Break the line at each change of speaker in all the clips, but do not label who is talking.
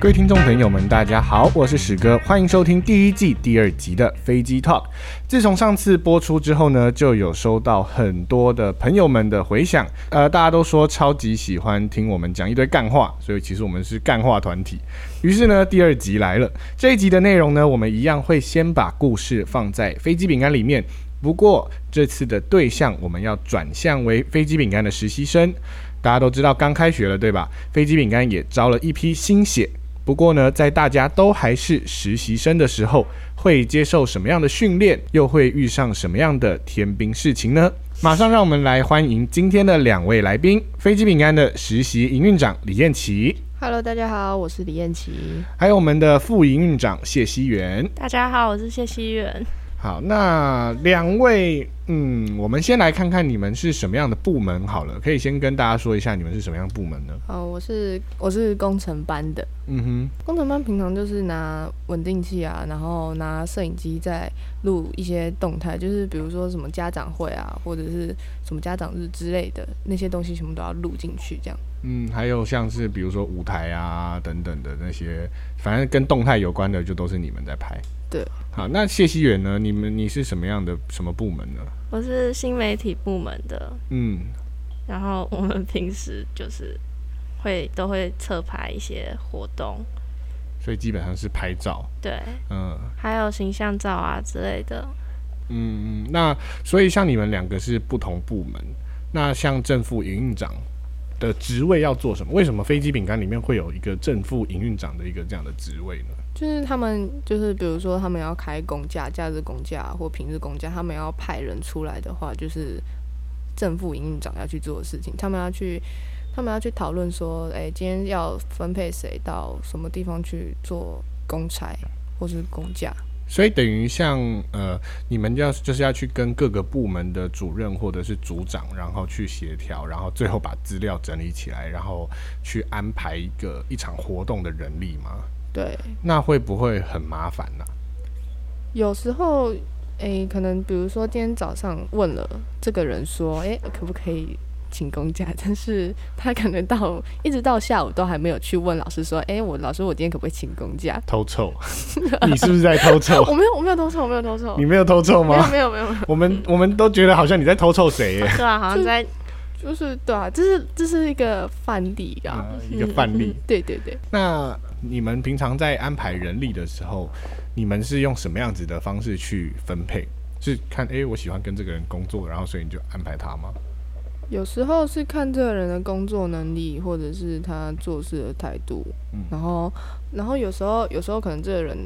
各位听众朋友们，大家好，我是史哥，欢迎收听第一季第二集的飞机 Talk。自从上次播出之后呢，就有收到很多的朋友们的回响，呃，大家都说超级喜欢听我们讲一堆干话，所以其实我们是干话团体。于是呢，第二集来了。这一集的内容呢，我们一样会先把故事放在飞机饼干里面，不过这次的对象我们要转向为飞机饼干的实习生。大家都知道刚开学了，对吧？飞机饼干也招了一批新血。不过呢，在大家都还是实习生的时候，会接受什么样的训练，又会遇上什么样的天兵事情呢？马上让我们来欢迎今天的两位来宾：飞机饼干的实习营运长李彦琪，
Hello，大家好，我是李燕琪。
还有我们的副营运长谢希元。
大家好，我是谢希元。
好，那两位，嗯，我们先来看看你们是什么样的部门好了，可以先跟大家说一下你们是什么样的部门呢？
哦，我是我是工程班的，
嗯哼。
工程班平常就是拿稳定器啊，然后拿摄影机在录一些动态，就是比如说什么家长会啊，或者是什么家长日之类的那些东西，全部都要录进去这样。
嗯，还有像是比如说舞台啊等等的那些，反正跟动态有关的就都是你们在拍。
对，
好，那谢希远呢？你们你是什么样的什么部门呢？
我是新媒体部门的，
嗯，
然后我们平时就是会都会侧拍一些活动，
所以基本上是拍照，
对，
嗯
还有形象照啊之类的。
嗯嗯。那所以像你们两个是不同部门，那像正副营运长的职位要做什么？为什么飞机饼干里面会有一个正副营运长的一个这样的职位呢？
就是他们就是比如说他们要开公假、假日公假或平日公假，他们要派人出来的话，就是正副营运长要去做的事情，他们要去。他们要去讨论说，哎、今天要分配谁到什么地方去做公差或是公假？
所以等于像呃，你们要就是要去跟各个部门的主任或者是组长，然后去协调，然后最后把资料整理起来，然后去安排一个一场活动的人力吗？
对，
那会不会很麻烦呢、
有时候，诶、可能比如说今天早上问了这个人说，诶、可不可以请公假？但是他可能到一直到下午都还没有去问老师说，诶、我老师我今天可不可以请公假？
偷臭， 你是不是在偷臭？
我没有，我没有偷臭，我没有偷 臭，
你没有偷臭
没 有
吗？
没有没有，没有
我们我们都觉得好像你在偷臭谁 耶？
对啊，好像 在
就是对啊，这是这是一个范例啊，
呃一个范例。
对对对，
那你们平常在安排人力的时候，你们是用什么样子的方式去分配？是看诶，我喜欢跟这个人工作，然后所以你就安排他吗？
有时候是看这个人的工作能力，或者是他做事的态度，
嗯
然后，然后有时候，有时候可能这个人，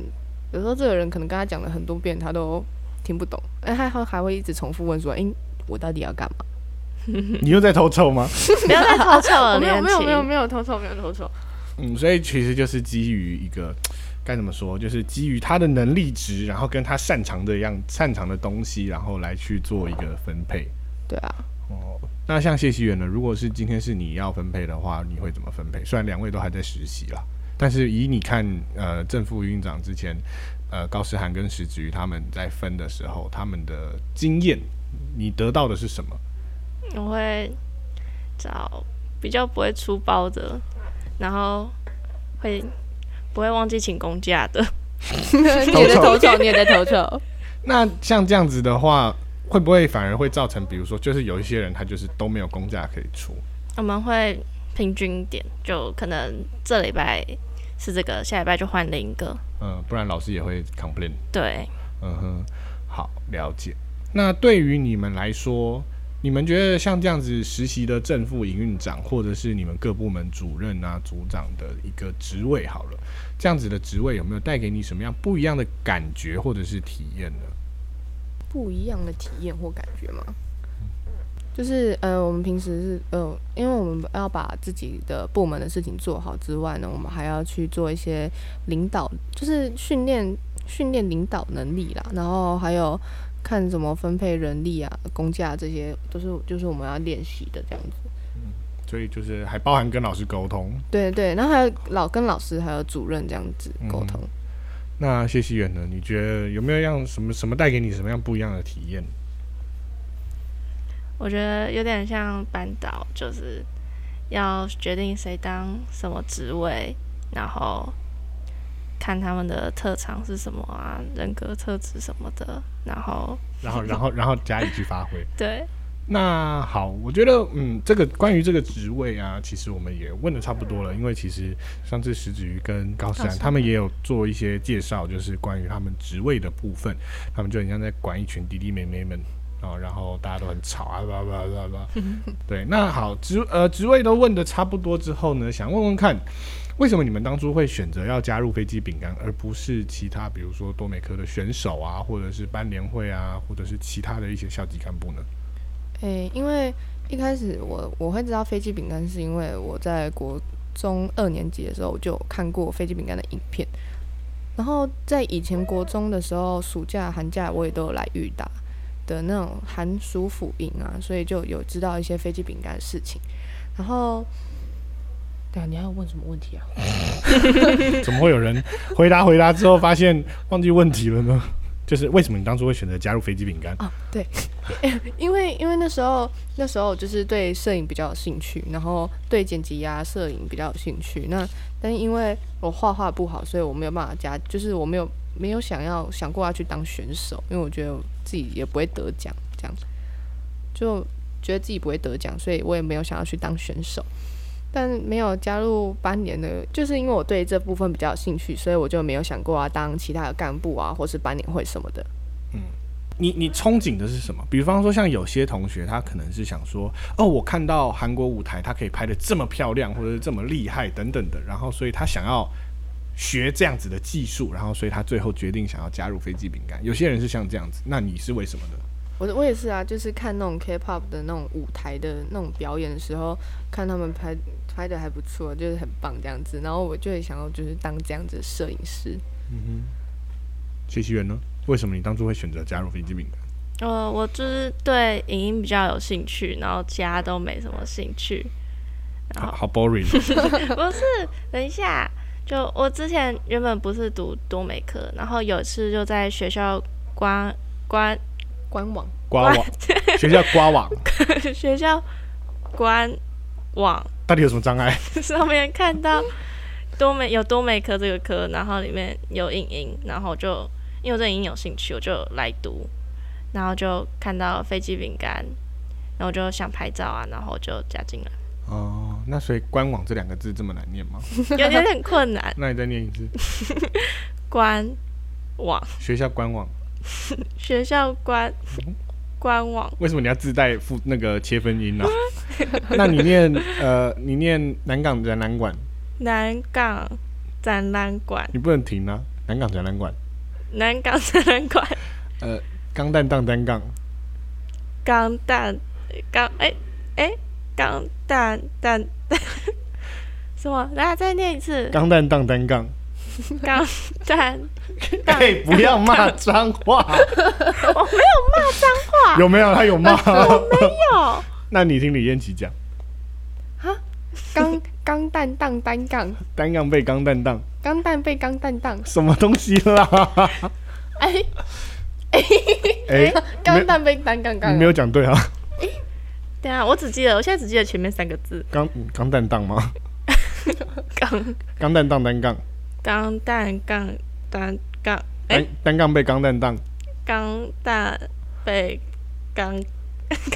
有时候这个人可能跟他讲了很多遍，他都听不懂，哎，还还还会一直重复问说，哎、我到底要干嘛？
你又在偷臭吗？
不要 再偷笑
我
了，
没有
李
没有
彦琪
没有没有偷臭，没有偷臭，
嗯，所以其实就是基于一个该怎么说，就是基于他的能力值，然后跟他擅长的样擅长的东西，然后来去做一个分配。
对啊，
哦，那像谢希远呢？如果是今天是你要分配的话，你会怎么分配？虽然两位都还在实习啦，但是以你看，呃，正副院长之前，呃，高诗涵跟石子瑜他们在分的时候，他们的经验，你得到的是什么？
我会找比较不会出包的，然后会不会忘记请公假的。
你也在偷臭，你也在偷臭，
那像这样子的话，会不会反而会造成，比如说，就是有一些人他就是都没有公假可以出？
我们会平均一点，就可能这礼拜是这个，下礼拜就换另一个。
嗯、不然老师也会 complain。
对，
嗯哼，好，了解。那对于你们来说，你们觉得像这样子实习的正副营运长，或者是你们各部门主任啊、组长的一个职位，好了，这样子的职位有没有带给你什么样不一样的感觉或者是体验呢？
不一样的体验或感觉吗？就是呃，我们平时是呃，因为我们要把自己的部门的事情做好之外呢，我们还要去做一些领导，就是训练训练领导能力啦，然后还有看怎么分配人力啊、工价这些，都是就是我们要练习的这样子。
所以就是还包含跟老师沟通。
对对，然后还有老跟老师还有主任这样子沟通。
那谢希远呢？你觉得有没有让什么什么带给你什么样不一样的体验？
我觉得有点像班导，就是要决定谁当什么职位，然后看他们的特长是什么啊，人格特质什么的，然后
然后然后然后加以去发挥。
对，
那好，我觉得嗯，这个关于这个职位啊，其实我们也问的差不多了，因为其实上次石子瑜跟高思
高
安
思
他们也有做一些介绍，就是关于他们职位的部分，他们就很像在管一群弟弟妹妹们。哦，然后大家都很吵啊，叭叭叭叭。对，那好，职呃职位都问的差不多之后呢，想问问看，为什么你们当初会选择要加入飞机饼干，而不是其他比如说多美科的选手啊，或者是班联会啊，或者是其他的一些校级干部呢？
诶、因为一开始我我会知道飞机饼干，是因为我在国中二年级的时候我就有看过飞机饼干的影片，然后在以前国中的时候，暑假、寒假我也都有来裕达的那种寒暑辅营啊，所以就有知道一些飞机饼干的事情。然后，对啊，你还要问什么问题啊？
怎么会有人回答回答之后发现忘记问题了呢？ 就是为什么你当初会选择加入飞机饼干？
哦，对，因为因为那时候那时候就是对摄影比较有兴趣，然后对剪辑啊、摄影比较有兴趣。那但是因为我画画不好，所以我没有办法加，就是我没有没有想要想过要去当选手，因为我觉得我自己也不会得奖，这样就觉得自己不会得奖，所以我也没有想要去当选手。但没有加入班联的，就是因为我对这部分比较有兴趣，所以我就没有想过要当其他的干部啊，或是班联会什么的。
你你憧憬的是什么？比方说，像有些同学他可能是想说，哦，我看到韩国舞台他可以拍的这么漂亮，或者是这么厉害等等的，然后所以他想要学这样子的技术，然后所以他最后决定想要加入飞机饼干。有些人是像这样子，那你是为什么呢？
我我也是啊，就是看那种 K-pop 的那种舞台的那种表演的时候，看他们拍拍的还不错，就是很棒这样子。然后我就会想要就是当这样子的摄影师。
谢希元呢？为什么你当初会选择加入飞机饼干？
呃，我就是对影音比较有兴趣，然后其他都没什么兴趣。然
好
后
好 boring 哦。
不是，等一下，就我之前原本不是读多美科，然后有一次就在学校官官
官网
瓜网，学校瓜网
学校官网
到底有什么障碍？
上面看到多美有多美科这个科，然后里面有影音，然后我就因为我对影音有兴趣，我就来读，然后就看到飞机饼干，然后我就想拍照啊，然后我就加进来，
哦，那所以“官网”这两个字这么难念吗？
有有点困难，
那你再念一次，
官网
学校官网，
学校官官网
为什么你要自带附那个切分音呢、那你念呃，你念南港展览馆，
南港展览馆，
你不能停啊！南港展览馆，
南港展览馆，
呃，钢蛋荡单杠，
港蛋港哎哎港蛋蛋蛋 什么？大家再念一次，
钢蛋荡单杠。
港蛋
哎、不要骂脏话，
我没有骂脏话，
有没有？他有骂。
有
那你听李彦琪讲，
钢钢蛋荡单杠，
单杠被钢蛋荡，
钢蛋被钢蛋荡，
什么东西啦？
哎，
哎、你
钢
没
蛋被单杠杠
你
啊
没。有讲对啊，
等一下，啊我只记得，我现在只记得前面三个字，
钢钢蛋荡吗？
港
钢蛋荡单杠，
港蛋港蛋港
单
哎
单杠被钢蛋荡。
港蛋被港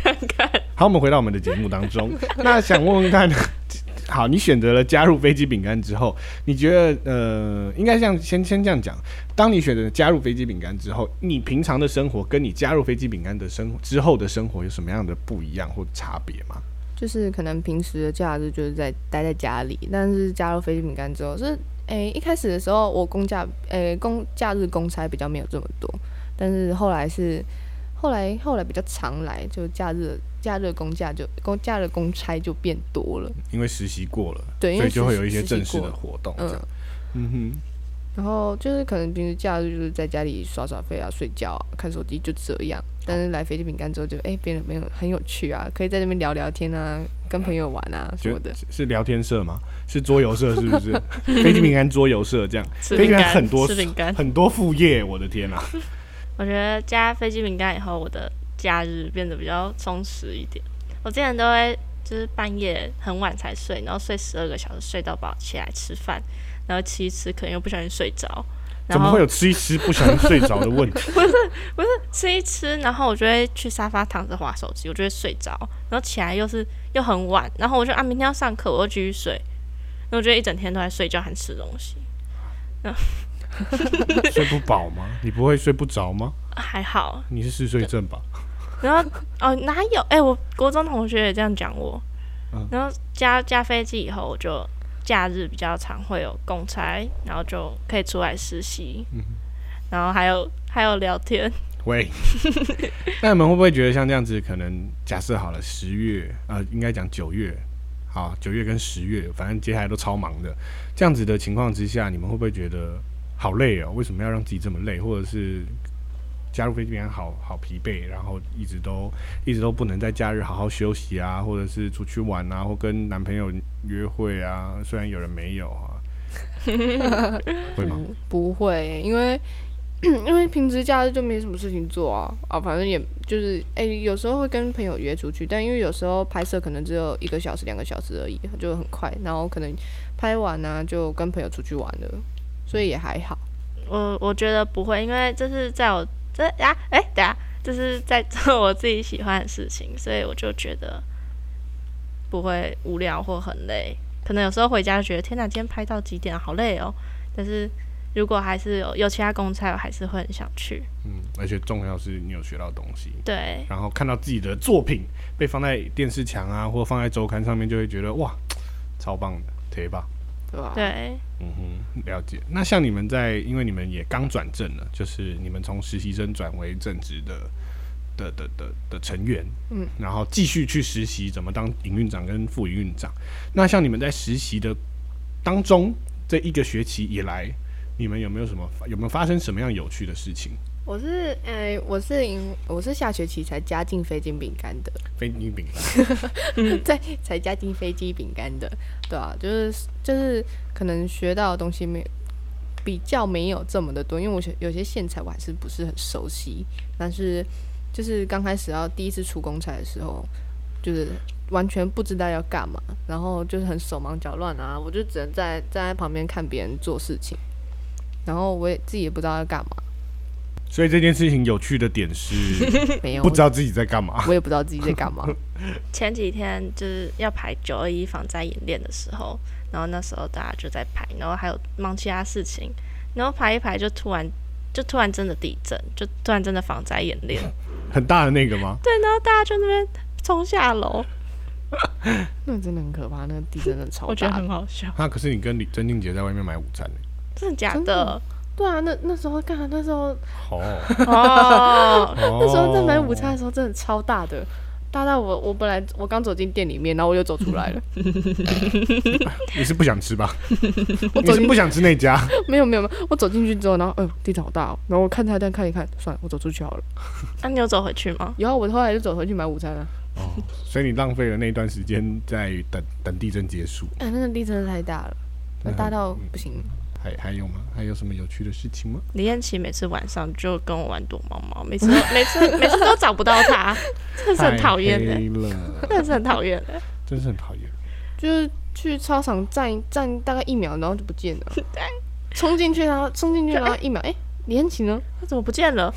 港港
好，我们回到我们的节目当 中。那想问问看， 好，你选择了加入飞机饼干之后，你觉得呃，应该这样先先这样讲，当你选择加入飞机饼干之后，你平常的生活跟你加入飞机饼干的生活之后的生活有什么样的不一样或差别吗？
就是可能平时的假日就是在待在家里，但是加入飞机饼干之后是，诶、一开始的时候我公假，诶、公假日公差比较没有这么多，但是后来是后来后来比较常来，就假日假日公假就公假日公差就变多了，
因为实习过了，
对，因
所
为
以就会
实
有一些
实习
正式
过
的活动。这
嗯
样，嗯哼。
然后就是可能平时假日就是在家里耍耍废啊、睡觉啊、看手机就这样，但是来飞机饼干之后就哎变得没有很有趣啊，可以在那边聊聊天啊，跟朋友玩啊什
觉
么的。
是聊天社吗？是桌游社是不 是？飞机饼干桌游社这样，
吃
飞机
饼
饼
干
干很多
吃饼干
很多副业，我的天啊！
我觉得加飞机饼干以后，我的假日变得比较充实一点。我之前都会就是半夜很晚才睡，然后睡十二个小时，睡到饱，起来吃饭，然后吃一吃，可能又不小心睡着，
怎
然
么
后
会有吃一吃不小心睡着的问题？
吃一吃，然后我就会去沙发躺着划手机，我就会睡着，然后起来又是又很晚，然后我就啊明天要上课，我又继续睡，然后我就一整天都在睡觉和吃东西，
睡不饱吗？你不会睡不着吗？
还好。
你是嗜睡症吧？
然后哦哪有？哎、我国中同学也这样讲我。
嗯
然后加加飞机以后，我就假日比较常会有公差，然后就可以出来实习，然后还有还有聊天。
喂，那你们会不会觉得像这样子？可能假设好了，十月呃，应该讲九月，好，九月跟十月，反正接下来都超忙的。这样子的情况之下，你们会不会觉得好累哦？为什么要让自己这么累？或者是加入飞机班好好疲惫，然后一直都一直都不能在假日好好休息啊，或者是出去玩啊，或跟男朋友约会啊？虽然有人没有啊，会吗？
嗯，不会，因为 因为平时假日就没什么事情做啊啊，反正也就是哎、有时候会跟朋友约出去，但因为有时候拍摄可能只有一个小时、两个小时而已，就很快，然后可能拍完呢、就跟朋友出去玩了，所以也还好。
我我觉得不会，因为这是在我这啊哎、等下，这是在做我自己喜欢的事情，所以我就觉得不会无聊或很累。可能有时候回家就觉得天哪，今天拍到几点啊，好累哦。但是如果还是有有其他公差，我还是会很想去。
嗯，而且重要是你有学到东西。
对，
然后看到自己的作品被放在电视墙啊，或放在周刊上面，就会觉得哇，超棒的，贴吧。
对吧？，
对，
嗯哼，了解。那像你们在，因为你们也刚转正了，就是你们从实习生转为正职的的的的的成员，
嗯，
然后继续去实习怎么当营运长跟副营运长。那像你们在实习的当中，这一个学期以来，你们有没有什么有没有发生什么样有趣的事情？
我是哎、我是因我是下学期才加进飞金饼干的，
非你饼干，嗯
在才加进飞机饼干的，对啊，就是就是可能学到的东西没比较没有这么的多，因为我学有些线材我还是不是很熟悉，但是就是刚开始要第一次出公差的时候，就是完全不知道要干嘛，然后就是很手忙脚乱啊，我就只能在站在旁边看别人做事情，然后我也自己也不知道 要干嘛，
所以这件事情有趣的点是
没有，
不知道自己在干嘛。
我也不知道自己在干嘛，
前几天就是要排九二一防灾演练的时候，然后那时候大家就在排，然后还有忙其他事情，然后排一排就突然就突然真的地震，就突然真的防灾演练。
很大的那个吗？
对，然后大家就那边冲下楼，
那真的很可怕，那个地真的超大，
我觉得很好笑，
那、啊可是你跟李曾静姐在外面买午餐呢、
真的假
真
的
的？对啊，那那时候干嘛？那时候
哦，
哦，
那
那时候在买午餐的时候真的超大的，大到我我本来我刚走进店里面，然后我又走出来了，
你是不想吃吧？
我
你
走
是
进
不想吃那家？
没有没有没有，我走进去之后，然后哎呦地震好大、哦，然后我看菜单看一看，算了，我走出去好了。
那你有走回去吗？
然后我后来就走回去买午餐啊了。
所以你浪费了那段时间在等等地震结束。
哎，那个地震太大了，那大到不行。
还还有吗？还有什么有趣的事情吗？
李彦琪每次晚上就跟我玩躲猫猫，每次 每次每次都找不到他，真是很讨厌
太
的，
黑了，
真是很讨厌欸的。
真是很讨厌。
就是去操场站一站大概一秒，然后就不见了。 冲进去，然后冲进去，然后一秒，哎，李彦琪呢？
他怎么不见了？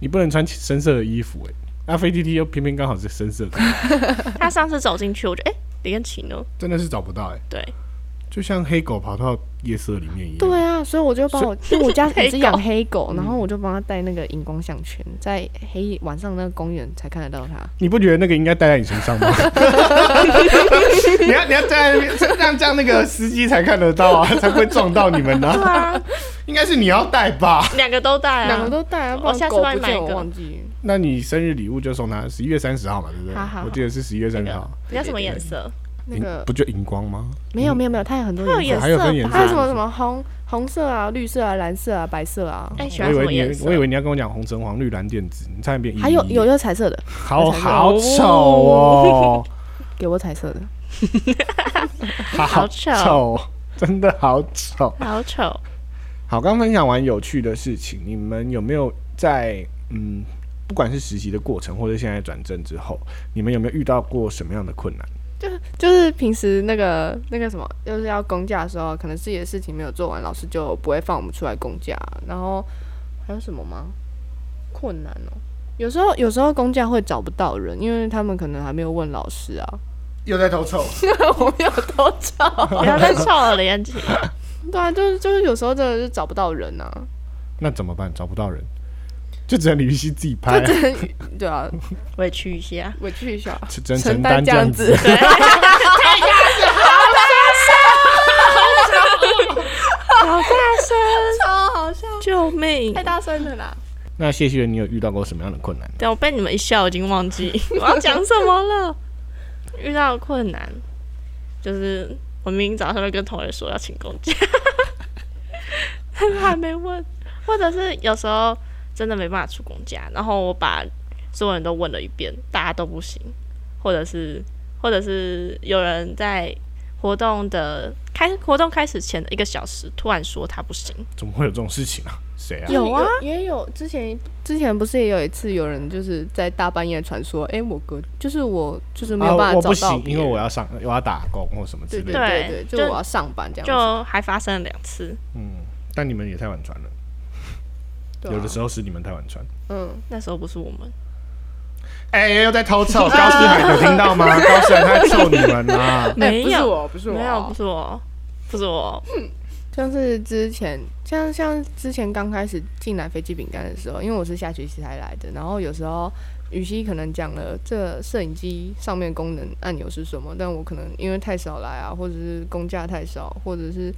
你不能穿深色的衣服哎、那飞机 T 又偏偏刚好是深色的，
他上次走进去，我就哎，李彦琪呢？
真的是找不到哎、
对，
就像黑狗跑到夜色里面一样。
对啊，所以我就帮我，因为我家
黑
也是养
狗嗯
黑狗，然后我就帮它戴那个荧光项圈，在黑晚上那个公园才看得到它。
你不觉得那个应该戴在你身上吗？你要你要戴在那边，这样这样那个司机才看得到 啊，才不会撞到你们呢、
对啊，
应该是你要戴吧？
两个都带啊，
两个都带啊，不
我
然
下次
狗
帮你
不
买一
见我
个
忘记。
那你生日礼物就送他十一月三十号嘛，对不对？
好好好
我记得是十一月三十号。
你要什么颜色？
那
荧
个
嗯不就荧光吗？
没有没有没有，它有很多
它有
颜
颜
色，
还有分颜
色
色
吧
它有什么什么红红色啊、绿色啊、蓝色啊、白色啊，
哎，喜
我
欢
以
什么
为
颜
你，
色？
我以为你要跟我讲红橙黄绿蓝靛紫，你差点变一一一。
还有有有彩色的，
好
有彩色
好丑 哦，
给我彩色的。
好
丑
丑，真的好丑。
好丑，
好，刚分享完有趣的事情，你们有没有在嗯，不管是实习的过程，或者现在转正之后，你们有没有遇到过什么样的困难？
就是平时那个那个什么，就是要公假的时候，可能自己的事情没有做完，老师就不会放我们出来公假。然后还有什么吗？困难哦，有时候有时候公假会找不到人，因为他们可能还没有问老师啊。
又在偷臭。
我没有偷找，
不要再臭了，连起。
对啊，就是就是有时候真的是找不到人啊，
那怎么办？找不到人，就只能李玉玺自己拍、啊，
就只能对啊，
委屈一下。
委屈 一下，
只只能
承
承担这
这样
样子。
子
好大声！
超好笑，
救命！
太大声了啦！
那谢谢你有遇到过什么样的困难？
但啊我被你们一笑，我已经忘 记我要讲什么了。遇到困难，就是我明明早上就跟同学说要请 公假，但是还没问，或者是有时候真的没办法出公假，然后我把所有人都问了一遍，大家都不行，或者是或者是有人在活动的开活动开始前的一个小时突然说他不行，
怎么会有这种事情啊？谁啊？
有啊，
也有之前之前不是也有一次有人就是在大半夜传说，哎、我哥就是我就是没有
啊
办
我
法
不
找到
行，
别
因
人、
为我要上，我要打工或什么之类
对对
的。
对对，
对
就
就
我要上班这样子，
就还发生了两次。
嗯，但你们也太晚传了，
对啊
有的时候是你们太晚传。
嗯，
那时候不是我们，
哎、又在偷臭，高思涵有听到吗？高思涵他在臭你们啦。
哎
没
不是
有
我，不哦是我，
没有，不是我，不是我，
像是之前，像像之前刚开始进来飞机饼干的时候，因为我是下学期才来的，然后有时候雨熙可能讲了这摄影机上面功能按钮是什么，但我可能因为太少来啊，或者是工价太少，或者是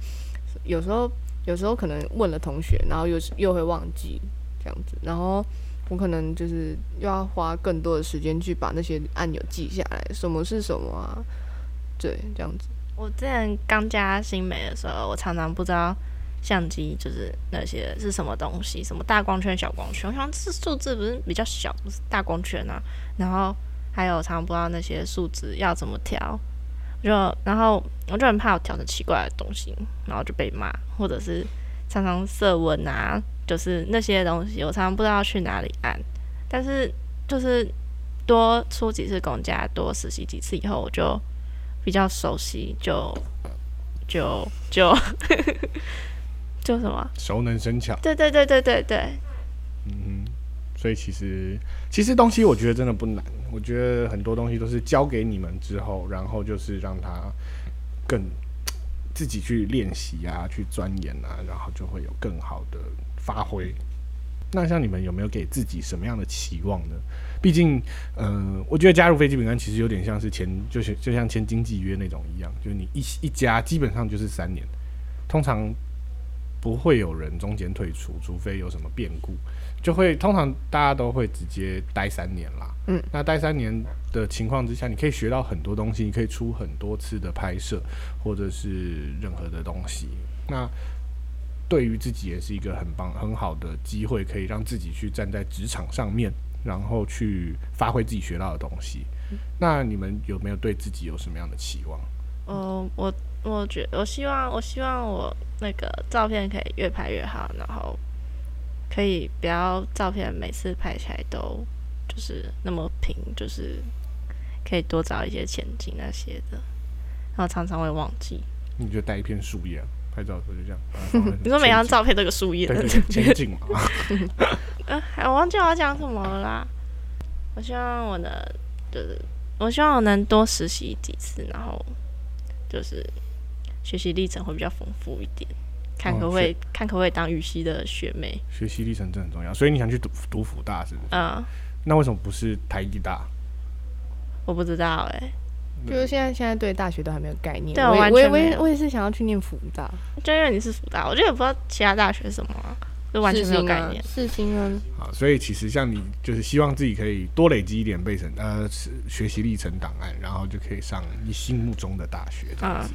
有时候有时候可能问了同学，然后又又会忘记这样子，然后我可能就是又要花更多的时间去把那些按钮记下来，什么是什么啊，对，这样子，
我之前刚加新美的时候，我常常不知道相机就是那些是什么东西，什么大光圈、小光圈。我想这数字不是比较小，不是大光圈啊。然后还有常常不知道那些数值要怎么调，我就然后我就很怕我调成奇怪的东西，然后就被骂，或者是常常色温啊，就是那些东西，我常常不知道去哪里按。但是就是多出几次公假，多实习几次以后，我就比较熟悉，就就就 就什么？
熟能生巧，
对对对对对对，
嗯哼，所以其实其实东西我觉得真的不难，我觉得很多东西都是交给你们之后，然后就是让它更自己去练习啊，去钻研啊，然后就会有更好的发挥。那像你们有没有给自己什么样的期望呢？毕竟，呃，我觉得加入飞机饼干其实有点像是签，就是就像签经纪约那种一样，就是你一一加基本上就是三年，通常不会有人中间退出，除非有什么变故。就会通常大家都会直接待三年啦。
嗯，
那待三年的情况之下，你可以学到很多东西，你可以出很多次的拍摄，或者是任何的东西。那对于自己也是一个很棒、很好的机会，可以让自己去站在职场上面，然后去发挥自己学到的东西。那你们有没有对自己有什么样的期望？
哦，我我觉我希望我希望我那个照片可以越拍越好，然后可以不要照片每次拍起来都就是那么平，就是可以多找一些前景那些的，然后常常会忘记。
你就带一片树叶、啊、拍照的时候就这样。把它放在
你说每张
前景
照片都有个树叶，
对对对，前景嘛。
呃，还我忘记我要讲什么了啦。我希望我能，就是我希望我能多实习几次，然后就是学习历程会比较丰富一点，看
哦
可不可以、看可不可以当羽西的学妹。
学习历程真的很重要，所以你想去读读辅大是不是？
嗯，
那为什么不是台艺大？
我不知道哎、
就是现在，现在对大学都还没有概念。
对啊
我也
完
我也
全
我
没
也
有
我也是想要去念福大，
就因为你是福大，我就也不知道其他大学是什么啊、就完全没有概念。
世新啊，
啊，所以其实像你就是希望自己可以多累积一点备审呃是学习历程档案，然后就可以上你心目中的大学
啊
这
嗯
样子。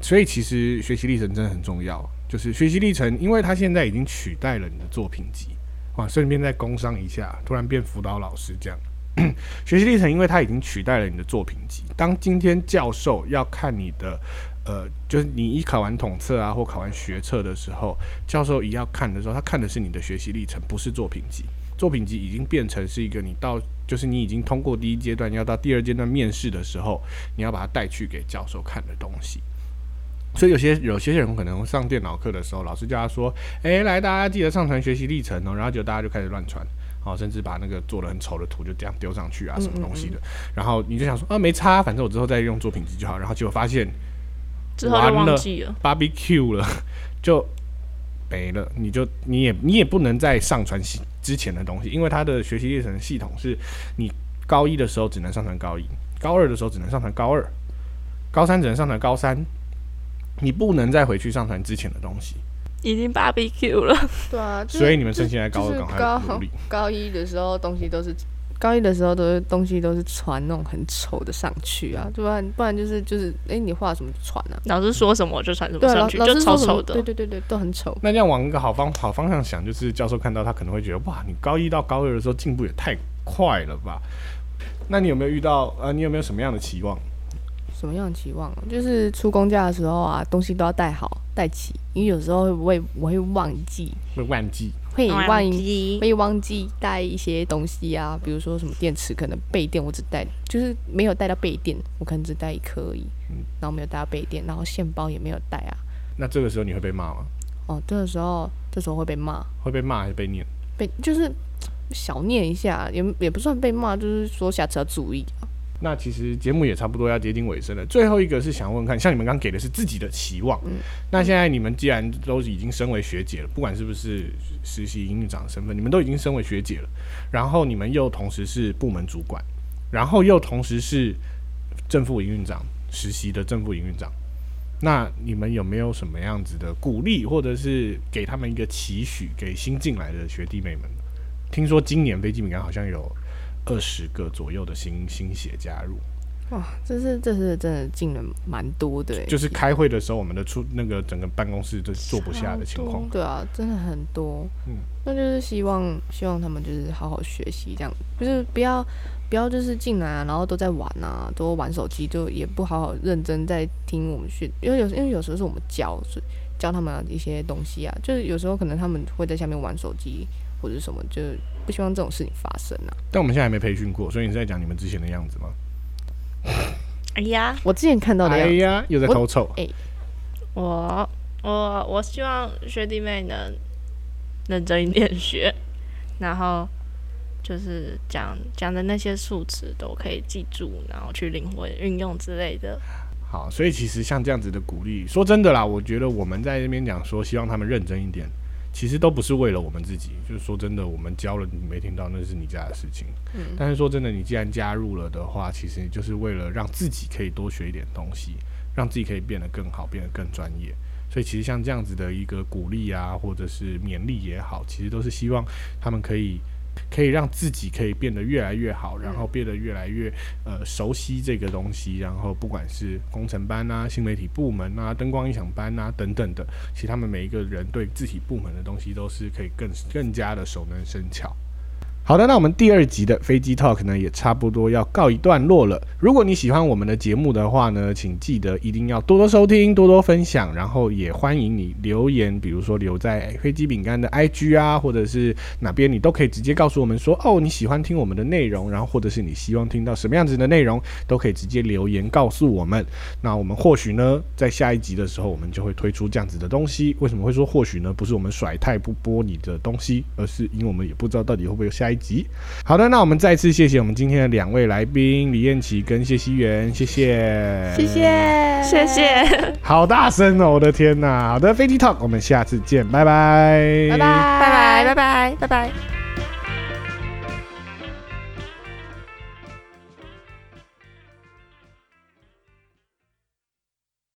所以其实学习历程真的很重要，就是学习历程，因为它现在已经取代了你的作品集，哇，顺便再工商一下，突然变辅导老师这样。 学习历程，因为它已经取代了你的作品集。当今天教授要看你的，呃，就是你一考完统测啊，或考完学测的时候，教授一要看的时候，他看的是你的学习历程，不是作品集。作品集已经变成是一个你到就是你已经通过第一阶段，要到第二阶段面试的时候，你要把它带去给教授看的东西。所以有些有些人可能上电脑课的时候，老师叫他说：“诶，来，大家记得上传学习历程哦。”然后就大家就开始乱传，哦，甚至把那个做的很丑的图就这样丢上去啊，什么东西的。然后你就想说：“啊，没差，反正我之后再用作品集就好。”然后结果发现
之后
完
就
了
忘记了。
barbecue 了， 就没了。你就你也你也不能再上传系之前的东西，因为它的学习历程系统是你高一的时候只能上传高一，高二的时候只能上传高二，高三只能上传高三，你不能再回去上传之前的东西。
已经 barbecue 了，
对啊，就是
所以你们趁
就
现在高二
就是
赶快
高
努力。
高一的时候东西都是。高一的时候都是东西都是传那种很丑的上去啊，不然不然就是就是哎、你画什么就传啊，
老师说什么我就传什么
对啊老
上去，
老
就
师
丑
说什
丑
么，
的
对。对对对，都很丑。
那这样往一个好方好方向想，就是教授看到他可能会觉得，哇，你高一到高二的时候进步也太快了吧？那你有没有遇到呃，你有没有什么样的期望？
什么样的期望啊？就是出公假的时候啊，东西都要带好带齐，因为有时候会不会我会忘记，
会忘记？
会忘
记
会忘记带一些东西啊，比如说什么电池，可能备电我只带，就是没有带到备电，我可能只带一颗而已，然后没有带到备电，然后线包也没有带啊。
那这个时候你会被骂吗？
哦，这个时候这时候会被骂，
会被骂还是被念？
被就是小念一下，也也不算被骂，就是说下次要注意啊。
那其实节目也差不多要接近尾声了。最后一个是想问看，像你们刚给的是自己的期望，那现在你们既然都已经身为学姐了，不管是不是实习营运长的身份，你们都已经身为学姐了，然后你们又同时是部门主管，然后又同时是正副营运长，实习的正副营运长。那你们有没有什么样子的鼓励，或者是给他们一个期许，给新进来的学弟妹们呢？听说今年飞机饼干好像有二十个左右的新新血加入，
哇，哦这是这是真的进了蛮多的欸，
就是开会的时候，我们的出那个整个办公室都坐不下的情况。
对啊，真的很多。
嗯
那就是希望希望他们就是好好学习，这样就是不要不要就是进来啊，然后都在玩啊，都玩手机，就也不好好认真在听我们训，因为有因为有时候是我们教，所以教他们一些东西啊，就是有时候可能他们会在下面玩手机或者什么，就是不希望这种事情发生啊。
但我们现在还没培训过，所以你是在讲你们之前的样子吗？
哎呀，
我之前看到的
哎
样子，
呀，又在偷臭。
我我我希望学弟妹能认真一点学，然后就是讲讲的那些数值都可以记住，然后去灵活运用之类的。
好，所以其实像这样子的鼓励，说真的啦，我觉得我们在那边讲说，希望他们认真一点，其实都不是为了我们自己。就是说真的，我们教了你没听到，那是你家的事情。但是说真的，你既然加入了的话，其实就是为了让自己可以多学一点东西，让自己可以变得更好，变得更专业。所以其实像这样子的一个鼓励啊，或者是勉励也好，其实都是希望他们可以可以让自己可以变得越来越好，然后变得越来越呃熟悉这个东西，然后不管是工程班啊、新媒体部门啊、灯光音响班啊等等的，其实他们每一个人对自己部门的东西都是可以更更加的熟能生巧。好的，那我们第二集的飞机 Talk 呢，也差不多要告一段落了。如果你喜欢我们的节目的话呢，请记得一定要多多收听、多多分享，然后也欢迎你留言，比如说留在飞机饼干的 IG 啊，或者是哪边你都可以直接告诉我们说，哦，你喜欢听我们的内容，然后或者是你希望听到什么样子的内容，都可以直接留言告诉我们。那我们或许呢，在下一集的时候，我们就会推出这样子的东西。为什么会说或许呢？不是我们甩太不播你的东西，而是因为我们也不知道到底会不会有下一集。好的，那我们再次谢谢我们今天的两位来宾李燕琪跟谢希元，谢谢，
谢，谢，
谢谢。
好大声哦，我的天呐！好的，飞机 talk，我们下次见，拜拜，
拜拜，
拜拜拜拜拜拜。